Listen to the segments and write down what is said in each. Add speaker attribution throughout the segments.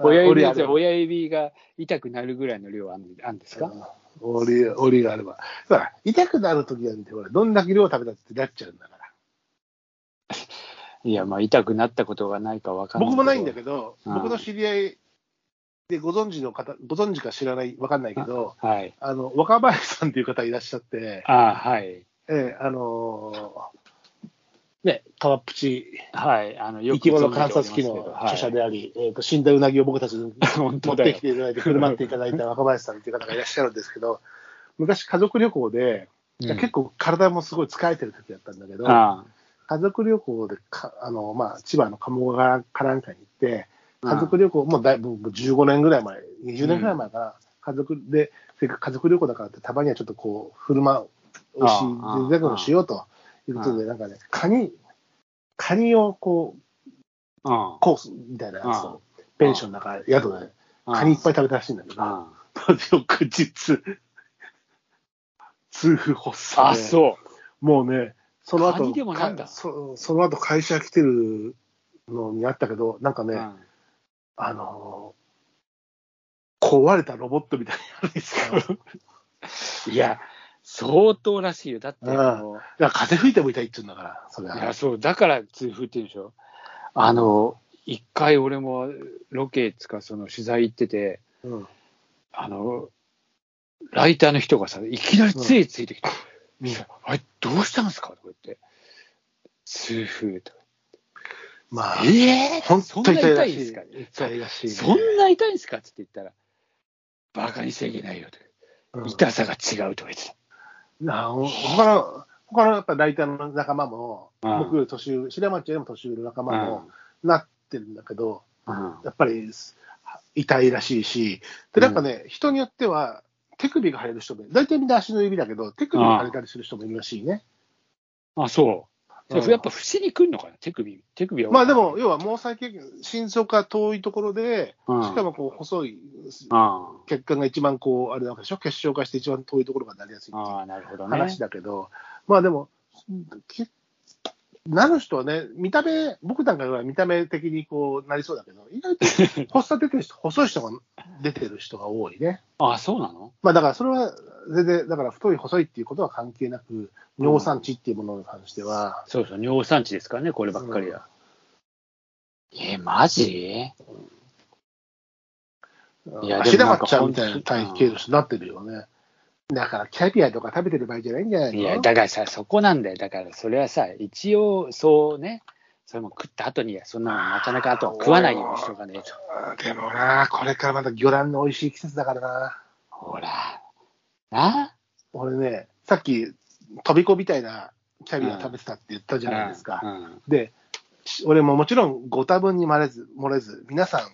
Speaker 1: 親指
Speaker 2: 折
Speaker 1: じ
Speaker 2: あ
Speaker 1: ゃ
Speaker 2: れば
Speaker 1: 親指が痛くなるぐらいの量あるんあるんですか、
Speaker 2: 折り、折りがあれば。だから、痛くなるときなんて、ほら、どんだけ量食べたってなっちゃうんだから。
Speaker 1: いや、まあ、痛くなったことがないかわかんない。
Speaker 2: 僕もないんだけど、
Speaker 1: うん
Speaker 2: 僕の知り合いでご存知の方、ご存知か知らない、わかんないけど、
Speaker 1: ど。はい。
Speaker 2: あの、若林さんっていう方いらっしゃって、
Speaker 1: ああ、はい。
Speaker 2: ええあのーね、カワプチ
Speaker 1: はい。あの、よ
Speaker 2: 生
Speaker 1: く
Speaker 2: き物観察機
Speaker 1: 存じており
Speaker 2: の
Speaker 1: ます
Speaker 2: 著者
Speaker 1: けど
Speaker 2: であり、えーと死んだうなぎを僕たち に
Speaker 1: はい、 本
Speaker 2: 持
Speaker 1: 当
Speaker 2: っ
Speaker 1: だ
Speaker 2: て
Speaker 1: よ
Speaker 2: き。ていただいて、振る舞っていただいた若林さんっていう方がいらっしゃるんですけど、昔、家族旅行で、
Speaker 1: うん
Speaker 2: 結構体もすごい疲れてる時だったんだけど、
Speaker 1: あ
Speaker 2: 家族旅行でかあの、まあ、千葉の鴨川かなんかに行って、
Speaker 1: うん
Speaker 2: 家族旅行、もうだいぶもう15年ぐらい前、20年ぐらい前かな、家族で、せっかく家族旅行だからって、たまにはちょっとこう、振る舞う、美味しい
Speaker 1: ああ
Speaker 2: 贅沢をしようということで、なんかね、カニ、カニをこう、
Speaker 1: あ。
Speaker 2: コースみたいなやつを、ペンションの中、宿で、
Speaker 1: うん。
Speaker 2: カニいっぱい食べたらしいんだけど、
Speaker 1: あ
Speaker 2: 翌 日、痛風発
Speaker 1: あ
Speaker 2: 作
Speaker 1: あ、
Speaker 2: で
Speaker 1: そう。
Speaker 2: もうね、その後
Speaker 1: カニでもなんだ
Speaker 2: かそその後会社来てるのにあったけど、なんかね、
Speaker 1: うん
Speaker 2: あのー壊れたロボットみたいなのですよ。 だか
Speaker 1: いや、相当らしいよ。だって、
Speaker 2: うん
Speaker 1: あの
Speaker 2: ら風吹いても痛いって言うんだから、それ
Speaker 1: いや、
Speaker 2: は。
Speaker 1: そう、だから痛風って言うんでしょ。あの、一回俺もロケつか、その取材行ってて、
Speaker 2: うん
Speaker 1: あの、ライターの人がさ、いきなり杖ついてきて、みんな、あれ、どうしたんですかとか言って、痛風とか。
Speaker 2: まあ、
Speaker 1: え
Speaker 2: 本
Speaker 1: そん
Speaker 2: 当
Speaker 1: な
Speaker 2: に痛い
Speaker 1: 痛
Speaker 2: ら
Speaker 1: いん
Speaker 2: し
Speaker 1: で
Speaker 2: い
Speaker 1: すか。
Speaker 2: 痛いらしいね。
Speaker 1: そんな痛いんですかって言ったら、バカにしちゃいけないよと。
Speaker 2: うん
Speaker 1: 痛さが違うとか言ってた。
Speaker 2: なお他の、他のやっぱライターの仲間も、
Speaker 1: うん
Speaker 2: 僕より年上、白町よりも年上の仲間も、なってるんだけど、
Speaker 1: うん
Speaker 2: やっぱり痛いらしいし、で、なんかね、人によっては、手首が腫れる人もいる、大体みんな足の指だけど、手首が腫れたりする人もいるらしいね。
Speaker 1: あ、そ
Speaker 2: う
Speaker 1: う。
Speaker 2: ん
Speaker 1: やっぱ節に来るのかな、手首。手首は。
Speaker 2: まあでも、要は毛細血管、心臓から遠いところで、
Speaker 1: うん、
Speaker 2: しかもこう細い
Speaker 1: あ
Speaker 2: 血管が一番こう、あれなんでしょ、結晶化して一番遠いところがなりやすいっていう
Speaker 1: ああ、なるほどね。
Speaker 2: 話だけど、まあでも、きなる人はね、見た目、僕なんかは見た目的にこうなりそうだけど、意外と発作出てる人、細い人が出てる人が多いね。
Speaker 1: ああ、そうなの
Speaker 2: まあだからそれは全然、だから太い、細いっていうことは関係なく、尿酸値っていうものに関しては、
Speaker 1: そうそう、尿酸値ですからね、こればっかりは。えー、マジいやでも
Speaker 2: 足玉っちゃうみたいな
Speaker 1: な
Speaker 2: ん
Speaker 1: か
Speaker 2: 体
Speaker 1: 本当
Speaker 2: 型の人になってるよね。だからキャビアとか食べてる場合じゃないんじゃないの
Speaker 1: いや、だからさ、そこなんだよ。だから、それはさ、一応、そうね、それも食った後に、そんなのなかなか後は食わないようにしとかねえと。
Speaker 2: でもな、これからまた魚卵の美味しい季節だからな。
Speaker 1: ほら、な
Speaker 2: 俺ね、さっき、飛び子みたいなキャビア食べてたって言ったじゃないですか。
Speaker 1: うん
Speaker 2: で、し俺ももちろんご多分に漏れず、漏れず、皆さん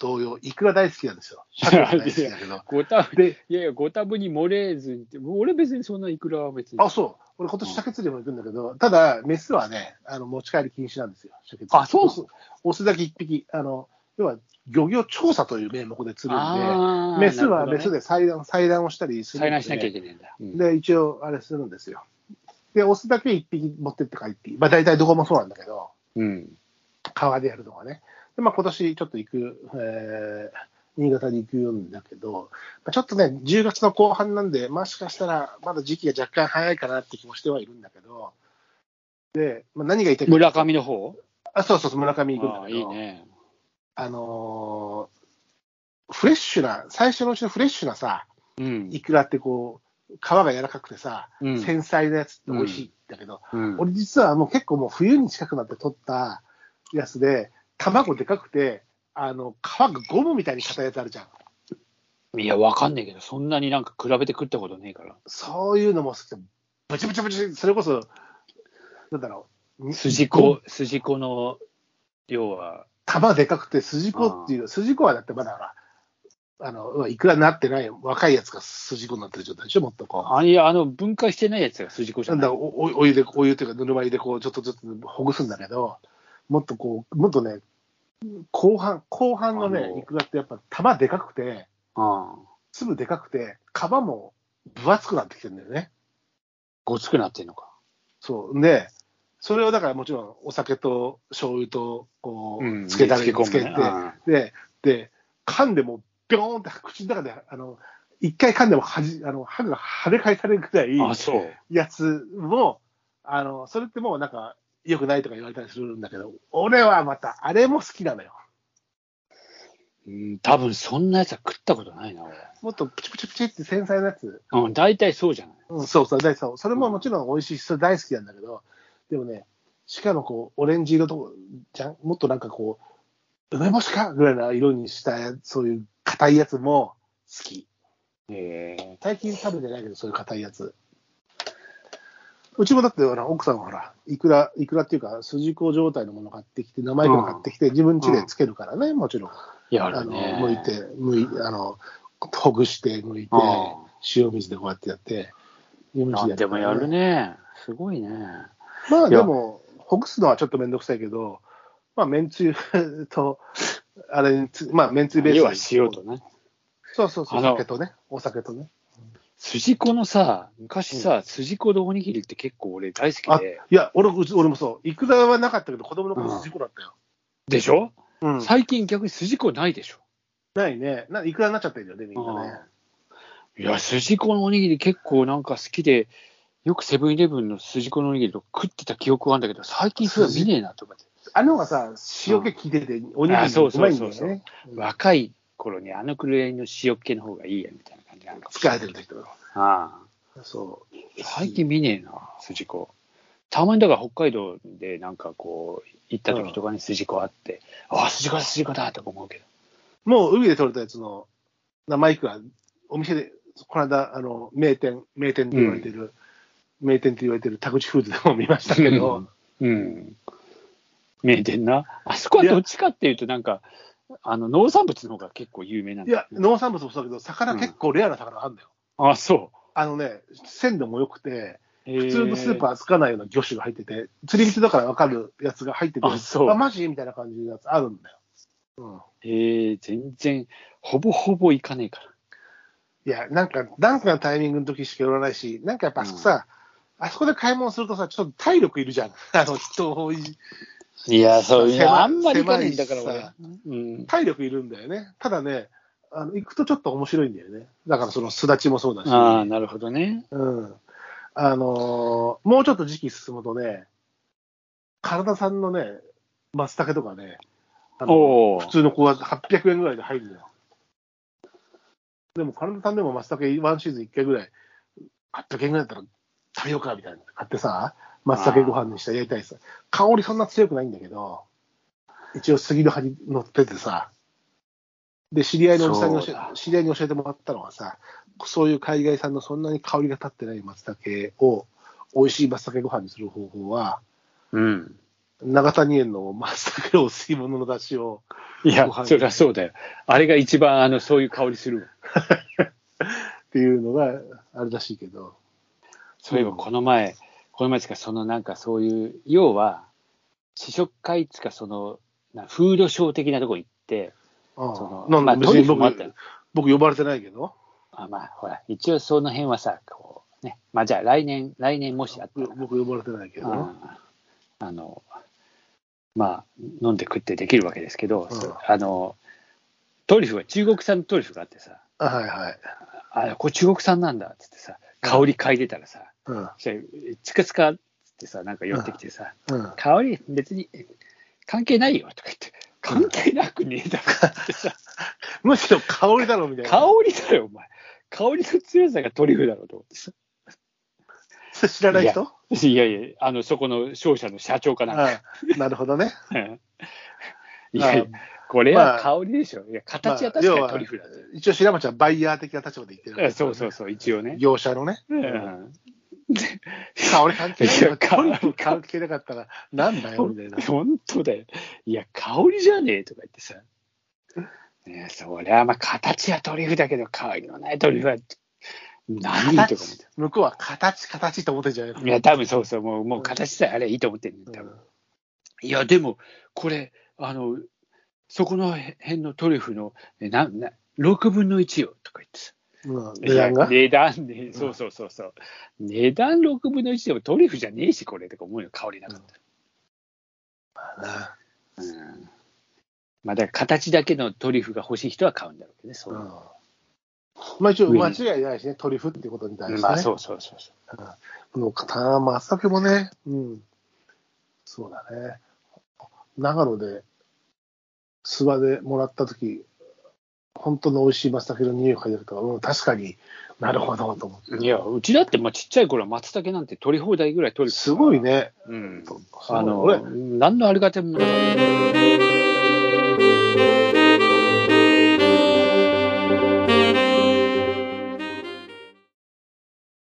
Speaker 2: 同様、いくら大好きなんですよ。鮭が大好きだ けど。
Speaker 1: ごたぶ、
Speaker 2: で、
Speaker 1: いやいや、ごたぶに漏れずにって、俺別にそんないくらは別に。
Speaker 2: あ、そう。俺今年鮭釣りも行くんだけど、ただ、メスはね、あの、持ち帰り禁止なんですよ。鮭釣り
Speaker 1: あそう
Speaker 2: オスオスだけ一匹。あの、要は、漁業調査という名目で釣るん
Speaker 1: あー
Speaker 2: で、メスは
Speaker 1: なる
Speaker 2: メ
Speaker 1: ほど
Speaker 2: ス
Speaker 1: ね
Speaker 2: で採卵、採卵をしたりするん
Speaker 1: 採
Speaker 2: で
Speaker 1: 卵しなきゃいけないんだ。うん
Speaker 2: で、一応、あれするんですよ。で、オスだけ1匹持ってってか1匹。まあ、大体どこもそうなんだけど、
Speaker 1: うん。
Speaker 2: 川でやるのがね。で、まあ、今年ちょっと行く、えー、新潟に行くんだけど、まあ、ちょっとね、10月の後半なんで、もしかしたら、まだ時期が若干早いかなって気もしてはいるんだけど、で、まあ、何が言いたいか
Speaker 1: 村上の方
Speaker 2: あ、そうそうそう、村上行くん
Speaker 1: あ
Speaker 2: だ
Speaker 1: あ
Speaker 2: け
Speaker 1: い
Speaker 2: ど、
Speaker 1: いね。
Speaker 2: あのーフレッシュな、最初のうちのフレッシュなさ、
Speaker 1: うん。
Speaker 2: イクラってこう、皮が柔らかくてさ、
Speaker 1: うん
Speaker 2: 繊細なやつって美味しいんだけど、
Speaker 1: うん
Speaker 2: 俺実はもう結構もう冬に近くなって取ったやつで、卵でかくて、あの、皮がゴムみたいに硬いやつあるじゃん。
Speaker 1: いや、わかんないけど、そんなになんか比べて食ったことねえから。
Speaker 2: そういうのも好きで、ブチブチブチ、それこそ、なんだろう。に
Speaker 1: 筋子、筋子の、要は、
Speaker 2: 玉でかくて筋子っていう、筋子はだってまだほら、あの、いくらなってない若いやつが筋子になってる状態でしょ、もっとこう。
Speaker 1: あいや、あの、分解してないやつが筋子じ
Speaker 2: な
Speaker 1: ゃ
Speaker 2: ん
Speaker 1: な
Speaker 2: だ
Speaker 1: い。
Speaker 2: おおお湯で、お湯というか、ぬるま湯でこう、ちょっとずつほぐすんだけど、もっとこう、もっとね、後半、後半の
Speaker 1: あ
Speaker 2: ね
Speaker 1: の、
Speaker 2: いくらってやっぱ玉でかくて、
Speaker 1: うん。
Speaker 2: 粒でかくて、皮も分厚くなってきてるんだよね。
Speaker 1: ごつくなってんのか。
Speaker 2: そう。で、それをだからもちろん、お酒と醤油と、こう、
Speaker 1: うん
Speaker 2: 漬けたり
Speaker 1: 漬け込
Speaker 2: つ
Speaker 1: む
Speaker 2: け
Speaker 1: ね
Speaker 2: て、で、で、噛んでも、ビョーンって口の中で、あの、一回噛んでもはじ、あの、歯が跳ね返されるくらい、
Speaker 1: あ、そう。
Speaker 2: やつも、あの、それってもうなんか、良くないとか言われたりするんだけど、俺はまた、あれも好きなのよ。
Speaker 1: うん、多分そんなやつは食ったことないな、
Speaker 2: もっとプチプチプチって繊細なやつ。
Speaker 1: 俺。うん、大体そうじゃない。
Speaker 2: うん、そうそう、大そう。それももちろん美味しいし、それ大好きなんだけど、でもね、しかもこう、オレンジ色とこじゃん、もっとなんかこう、梅干しかぐらいな色にしたや、そういう硬いやつも好き。
Speaker 1: ええ
Speaker 2: 最近食べてないけど、そういう硬いやつ。うちもだって、ほら、奥さんはほら、いくら、いくらっていうか、筋子状態のもの買ってきて、生意気の買ってきて、自分家でつけるからね、もちろん。
Speaker 1: いや、あ
Speaker 2: あ
Speaker 1: る
Speaker 2: の、
Speaker 1: ね。
Speaker 2: 剥いて、剥い、あの、ほぐして、剥いて
Speaker 1: う、ん
Speaker 2: 塩水でこうやってやって、湯むし
Speaker 1: なんでもやる。ね。すごいね。
Speaker 2: まあ
Speaker 1: いや
Speaker 2: でも、ほぐすのはちょっとめんどくさいけど、まあ、めんつゆと、あれにつ、まあ、めんつゆベース
Speaker 1: 要は塩と。ね。
Speaker 2: そうそうそう、
Speaker 1: あの
Speaker 2: 酒とね、お酒とね。
Speaker 1: 筋子のさ、昔さ、筋子のおにぎりって結構俺大好
Speaker 2: あ
Speaker 1: きで。
Speaker 2: いや俺、うち俺もそう、いくらはなかったけど、子供の
Speaker 1: う
Speaker 2: 頃
Speaker 1: ん
Speaker 2: 事故だったよ。
Speaker 1: でしょ、
Speaker 2: うん
Speaker 1: 最近逆に筋子ないでしょ。
Speaker 2: ないね、ないくらになっちゃってるよね、みんなね。
Speaker 1: いや、筋子のおにぎり結構なんか好きで、よくセブンイレブンの筋子のおにぎりとか食ってた記憶はあるんだけど、最近それは見ねえなと思って。
Speaker 2: あの方がさ、塩気効いてて、おにぎ
Speaker 1: あ
Speaker 2: り
Speaker 1: そう
Speaker 2: う
Speaker 1: そ
Speaker 2: ま
Speaker 1: う
Speaker 2: いんだ
Speaker 1: そうそ
Speaker 2: よ
Speaker 1: う
Speaker 2: ね。うん
Speaker 1: 若い頃にあのくらいの塩気の方がいいやみたいな感じなのかもし
Speaker 2: 疲れてる時とか。
Speaker 1: れない。あ
Speaker 2: そう。
Speaker 1: あ最近見ねえな、筋子。たまにだから北海道でなんかこう、行った時とかに筋子あって、ああ、筋子だ、筋子だとか思うけど。
Speaker 2: もう海で取れたやつの生いくら、お店で、この間、あの、名店、名店って言われてる、名店って言われてる田口フーズでも見ましたけど、
Speaker 1: うん。名店な。あそこはどっちかっていうと、なんか、あの農産物の方が結構有名なん
Speaker 2: い
Speaker 1: だ
Speaker 2: や、農産物もそうだけど、魚結構レアな魚あるんだよ。
Speaker 1: あ、そ
Speaker 2: あのね、鮮度も良くて、
Speaker 1: う。
Speaker 2: 普
Speaker 1: 普
Speaker 2: 通のスーパーつかないような魚種が入ってて、釣り人だから分かるやつが入ってて、
Speaker 1: あそう
Speaker 2: マジみたいな感じのやつあるんだよ。うん。
Speaker 1: えー全然、ほぼほぼ行かねえから。
Speaker 2: いや、なんか、なんかのタイミングの時しか寄らないし、なんかやっぱあそこさ、あそこで買い物するとさ、ちょっと体力いるじゃん。あの人多い。
Speaker 1: いや、
Speaker 2: そういや
Speaker 1: あ
Speaker 2: あ
Speaker 1: ん
Speaker 2: んま
Speaker 1: まり
Speaker 2: り行
Speaker 1: 行か
Speaker 2: かな
Speaker 1: な
Speaker 2: いい
Speaker 1: ん
Speaker 2: ん
Speaker 1: だ
Speaker 2: だ
Speaker 1: か、
Speaker 2: からら
Speaker 1: 俺
Speaker 2: 俺。
Speaker 1: うん。
Speaker 2: 体力いるんだよね。ただね、あの行くとちょっと面白いんだよね。だからそのすだちもそうだし。
Speaker 1: ああ、なるほどね。
Speaker 2: うん。あのーもうちょっと時期進むとね、体さんのね、松茸とかね、あの
Speaker 1: おお
Speaker 2: 普。通のこう800円ぐらいで入るのよ。でも、体さんでも松茸ワンシーズン1回ぐらい、800円ぐらいだったら食べようかみたいな。買ってさ、松茸ご飯にしたらやりたいさ。香りそんな強くないんだけど、一応杉の葉に乗っててさ、で、知り合いのおじさんに
Speaker 1: そう
Speaker 2: 教
Speaker 1: だ
Speaker 2: え知り合いに教えてもらったのはさ、そういう海外産のそんなに香りが立ってない松茸を、美味しい松茸ご飯にする方法は、
Speaker 1: うん。
Speaker 2: 長谷園の松茸を吸い物の出汁を、
Speaker 1: いや
Speaker 2: ご、飯
Speaker 1: そりゃそうだよ。あれが一番、あの、そういう香りするわ。
Speaker 2: っていうのがあるらしいけど、
Speaker 1: そういえば、この前、この前つか、そのなんかそういう、要は、試食会つか、その、なフードショー的なとこ行って、その
Speaker 2: なん
Speaker 1: まあ
Speaker 2: で別に
Speaker 1: トリュフもあ
Speaker 2: 僕
Speaker 1: ったよ、
Speaker 2: 僕呼ばれてないけど、
Speaker 1: あまあ、ほら、一応その辺はさ、こう、ね。まあ、じゃあ来年、来年もしあったら
Speaker 2: 僕、僕呼ばれてないけど、
Speaker 1: うんあのまあ飲んで食ってできるわけですけど、
Speaker 2: うん
Speaker 1: そうあのトリュフは中国産のトリュフがあってさ
Speaker 2: あはいはい。
Speaker 1: 「あこれ中国産なんだ」っつってさ香り嗅いでたらさ
Speaker 2: うん
Speaker 1: 「そしたらチカチカ」っつってさなんか寄ってきてさ
Speaker 2: うん
Speaker 1: 「香り別に関係ないよ」とか言って「関係なくねえだろ」ってさ
Speaker 2: むしろ香りだろみた
Speaker 1: 「
Speaker 2: いな。
Speaker 1: 香りだよお前香りの強さがトリュフだろ」と思ってさ
Speaker 2: 知らない人
Speaker 1: いやいやあのそこの商社の社長かなんか
Speaker 2: あなるほどね。
Speaker 1: いやいや
Speaker 2: あ
Speaker 1: これは香りでしょ。いや、形は確かにトリュフだね、
Speaker 2: 一応、白町はバイヤー的な立場で言ってるわけ
Speaker 1: えそうそうそう、一応ね。
Speaker 2: 業者のね。
Speaker 1: うん
Speaker 2: 香り関係ない
Speaker 1: いや
Speaker 2: よ。
Speaker 1: 香
Speaker 2: ト
Speaker 1: り
Speaker 2: リュフ関係なかったら、なんだよみた いな。
Speaker 1: 本当だよ。いや、香りじゃねえとか言ってさ。ねえ、そりゃ、まあ、形はトリュフだけど、香りのないトリュフは何とか思っ
Speaker 2: 形向こうは形、形と思ってんじゃないの
Speaker 1: て。いや、多分そうそう、もうもう形さえあれいいと思ってんね多分。いや、でも、これ、あの、そこの辺のトリュフの、えなな6分の1よとか言って
Speaker 2: う
Speaker 1: さ。
Speaker 2: んうん
Speaker 1: い
Speaker 2: 値
Speaker 1: や
Speaker 2: 段が
Speaker 1: 値段ね、そうそうそうそう。値段6分の1でもトリュフじゃねえし、これとか思うよ、香りなかったら。うんまあ、だから形だけのトリュフが欲しい人は買うんだろうけどね、そうう。
Speaker 2: んまあ一応間違いないしね、トリュフっていうことに対して、ね。
Speaker 1: まあ、そうそうそうそう。
Speaker 2: この片松茸もね、うん、そうだね。長野で、諏訪でもらったとき、本当の美味しい松茸の匂いが嗅いでると、うん、確かになるほどと思って。
Speaker 1: いや、うちだってまあちっちゃい頃は松茸なんて取り放題ぐらい取る。
Speaker 2: すごいね。
Speaker 1: うん。
Speaker 2: そう
Speaker 1: あ
Speaker 2: 俺
Speaker 1: の、何のありがたみもなかった。